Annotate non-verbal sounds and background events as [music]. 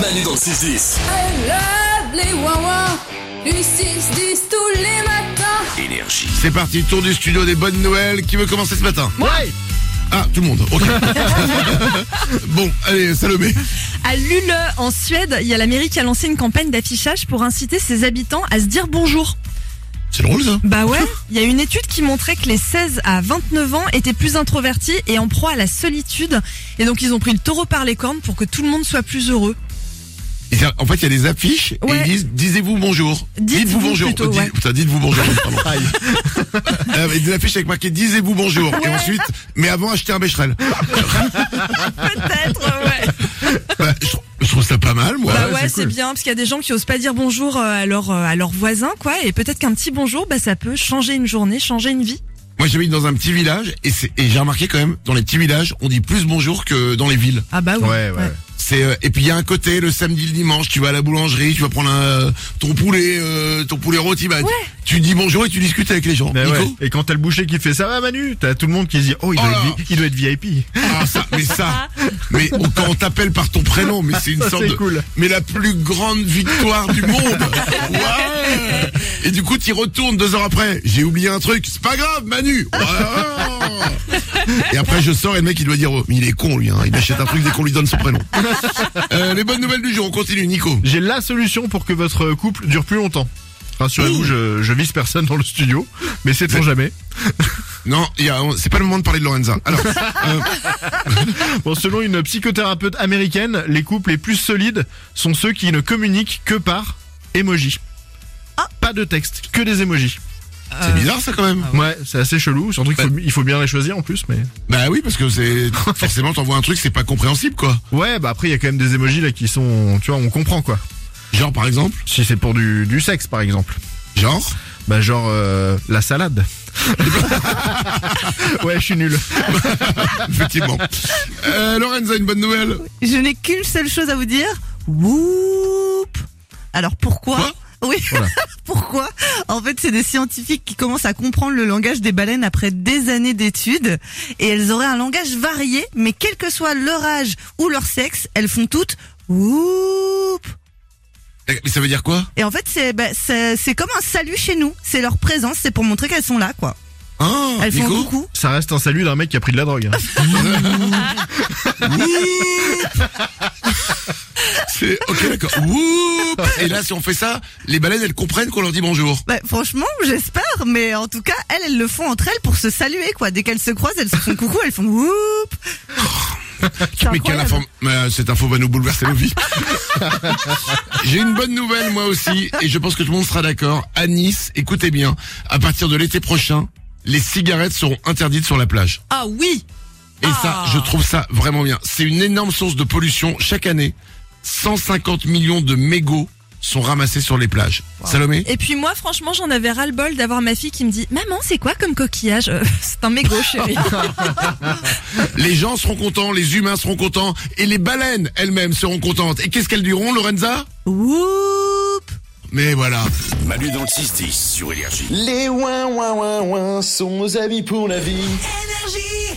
Manu dans le 6-10. I love les Wawa du 6-10 tous les matins. Énergie. C'est parti, tour du studio des bonnes nouvelles. Qui veut commencer ce matin Ouais. Ah, tout le monde, [laughs] ok. bon, allez, Salomé. À Luleå, en Suède, il y a la mairie qui a lancé une campagne d'affichage pour inciter ses habitants à se dire bonjour. C'est drôle ça Bah [laughs] ouais, il y a une étude qui montrait que les 16 à 29 ans étaient plus introvertis et en proie à la solitude. Et donc ils ont pris le taureau par les cornes pour que tout le monde soit plus heureux. Et ça, En fait, il y a des affiches et Ouais. ils disent Disez-vous bonjour. Dites-vous bonjour. plutôt, Dites- ouais. Putain, [laughs] dites-vous bonjour. pardon. Euh, et des affiches avec marqué Disez-vous bonjour. Et ensuite, mais avant, achetez un bécherel. [laughs] Peut-être, ouais. Bah, je, trou- je trouve ça pas mal, moi. Bah ouais, c'est bien parce qu'il y a des gens qui osent pas dire bonjour euh, à leurs euh, à leurs voisins quoi. Et peut-être qu'un petit bonjour, bah ça peut changer une journée, changer une vie. Moi, j'habite dans un petit village et, c'est- et j'ai remarqué quand même, dans les petits villages, on dit plus bonjour que dans les villes. Ah bah oui. Ouais, ouais. C'est euh, et puis il y a un côté le samedi le dimanche tu vas à la boulangerie tu vas prendre un, ton poulet euh, ton poulet rôti bah, tu- tu dis bonjour et tu discutes avec les gens Bah Nico ouais. Et quand t'as le boucher qui fait ça va Manu, t'as tout le monde qui se dit oh il, Oh doit, là. être, vi- il doit être VIP. Ah, ça, mais ça mais on- quand on t'appelle par ton prénom mais c'est une Ça, sorte c'est de cool. mais la plus grande victoire du monde ouais et du coup tu retournes deux heures après j'ai oublié un truc c'est pas grave Manu Ouais. et après je sors et le mec il doit dire oh, mais il est con lui hein. il achète un truc dès qu'on lui donne son prénom Euh, les bonnes nouvelles du jour on continue Nico J'ai la solution pour que votre couple dure plus longtemps. Rassurez-vous, Ouh. je, je vise personne dans le studio, mais c'est pour jamais. Non, il y a- c'est pas le moment de parler de Lorenza. [laughs] Alors, Bon, selon une psychothérapeute américaine, les couples les plus solides sont ceux qui ne communiquent que par emoji. Pas de texte, que des emojis. c'est bizarre ça quand même. Ah Ouais, c'est assez chelou, surtout qu'il faut, il faut bien les choisir en plus, mais... Bah oui, parce que c'est forcément t'envoies un truc, c'est pas compréhensible quoi. Ouais, bah après, il y a quand même des emojis là qui sont... Tu vois, on comprend quoi. Genre par exemple, Si c'est pour du, du sexe, par exemple. [laughs] genre. Bah genre euh, la salade. [laughs] ouais, je suis nul. Effectivement. Euh, Lorenza, une bonne nouvelle. Je n'ai qu'une seule chose à vous dire. Whoop. Alors pourquoi Quoi Oui. [laughs] pourquoi En fait, c'est des scientifiques qui commencent à comprendre le langage des baleines après des années d'études et elles auraient un langage varié, mais quel que soit leur âge ou leur sexe, elles font toutes whoop. Eh, Mais ça veut dire quoi Et en fait, c'est bah, c'est c'est comme un salut chez nous. C'est leur présence, c'est pour montrer qu'elles sont là, quoi. Hein Elles font Nico coucou. Ça reste un salut d'un mec qui a pris de la drogue. hein. C'est ok d'accord. Whoop Et là, si on fait ça, les baleines, elles comprennent qu'on leur dit bonjour. Bah, franchement, j'espère, mais en tout cas, elles, elles le font entre elles pour se saluer, quoi. Dès qu'elles se croisent, elles se font coucou, elles [laughs] font whoop. Mais quelle inform- Mais, euh, cette info va nous bouleverser nos vies. [laughs] J'ai une bonne nouvelle moi aussi, et je pense que tout le monde sera d'accord. À Nice, écoutez bien, à partir de l'été prochain, les cigarettes seront interdites sur la plage. Ah oui. Et ça, je trouve ça vraiment bien. C'est une énorme source de pollution. Chaque année, 150 millions de mégots sont ramassés sur les plages. Salomé Et puis moi, franchement, j'en avais ras-le-bol d'avoir ma fille qui me dit Maman, c'est quoi comme coquillage Euh, [laughs] C'est un mégot, chérie. Les gens seront contents, les humains seront contents, et les baleines elles-mêmes seront contentes. Et qu'est-ce qu'elles diront, Lorenza [laughs] Whoop. Mais voilà. Manu dans le 6-10 sur Énergie. Les ouin ouin ouin ouin sont nos amis pour la vie. Énergie.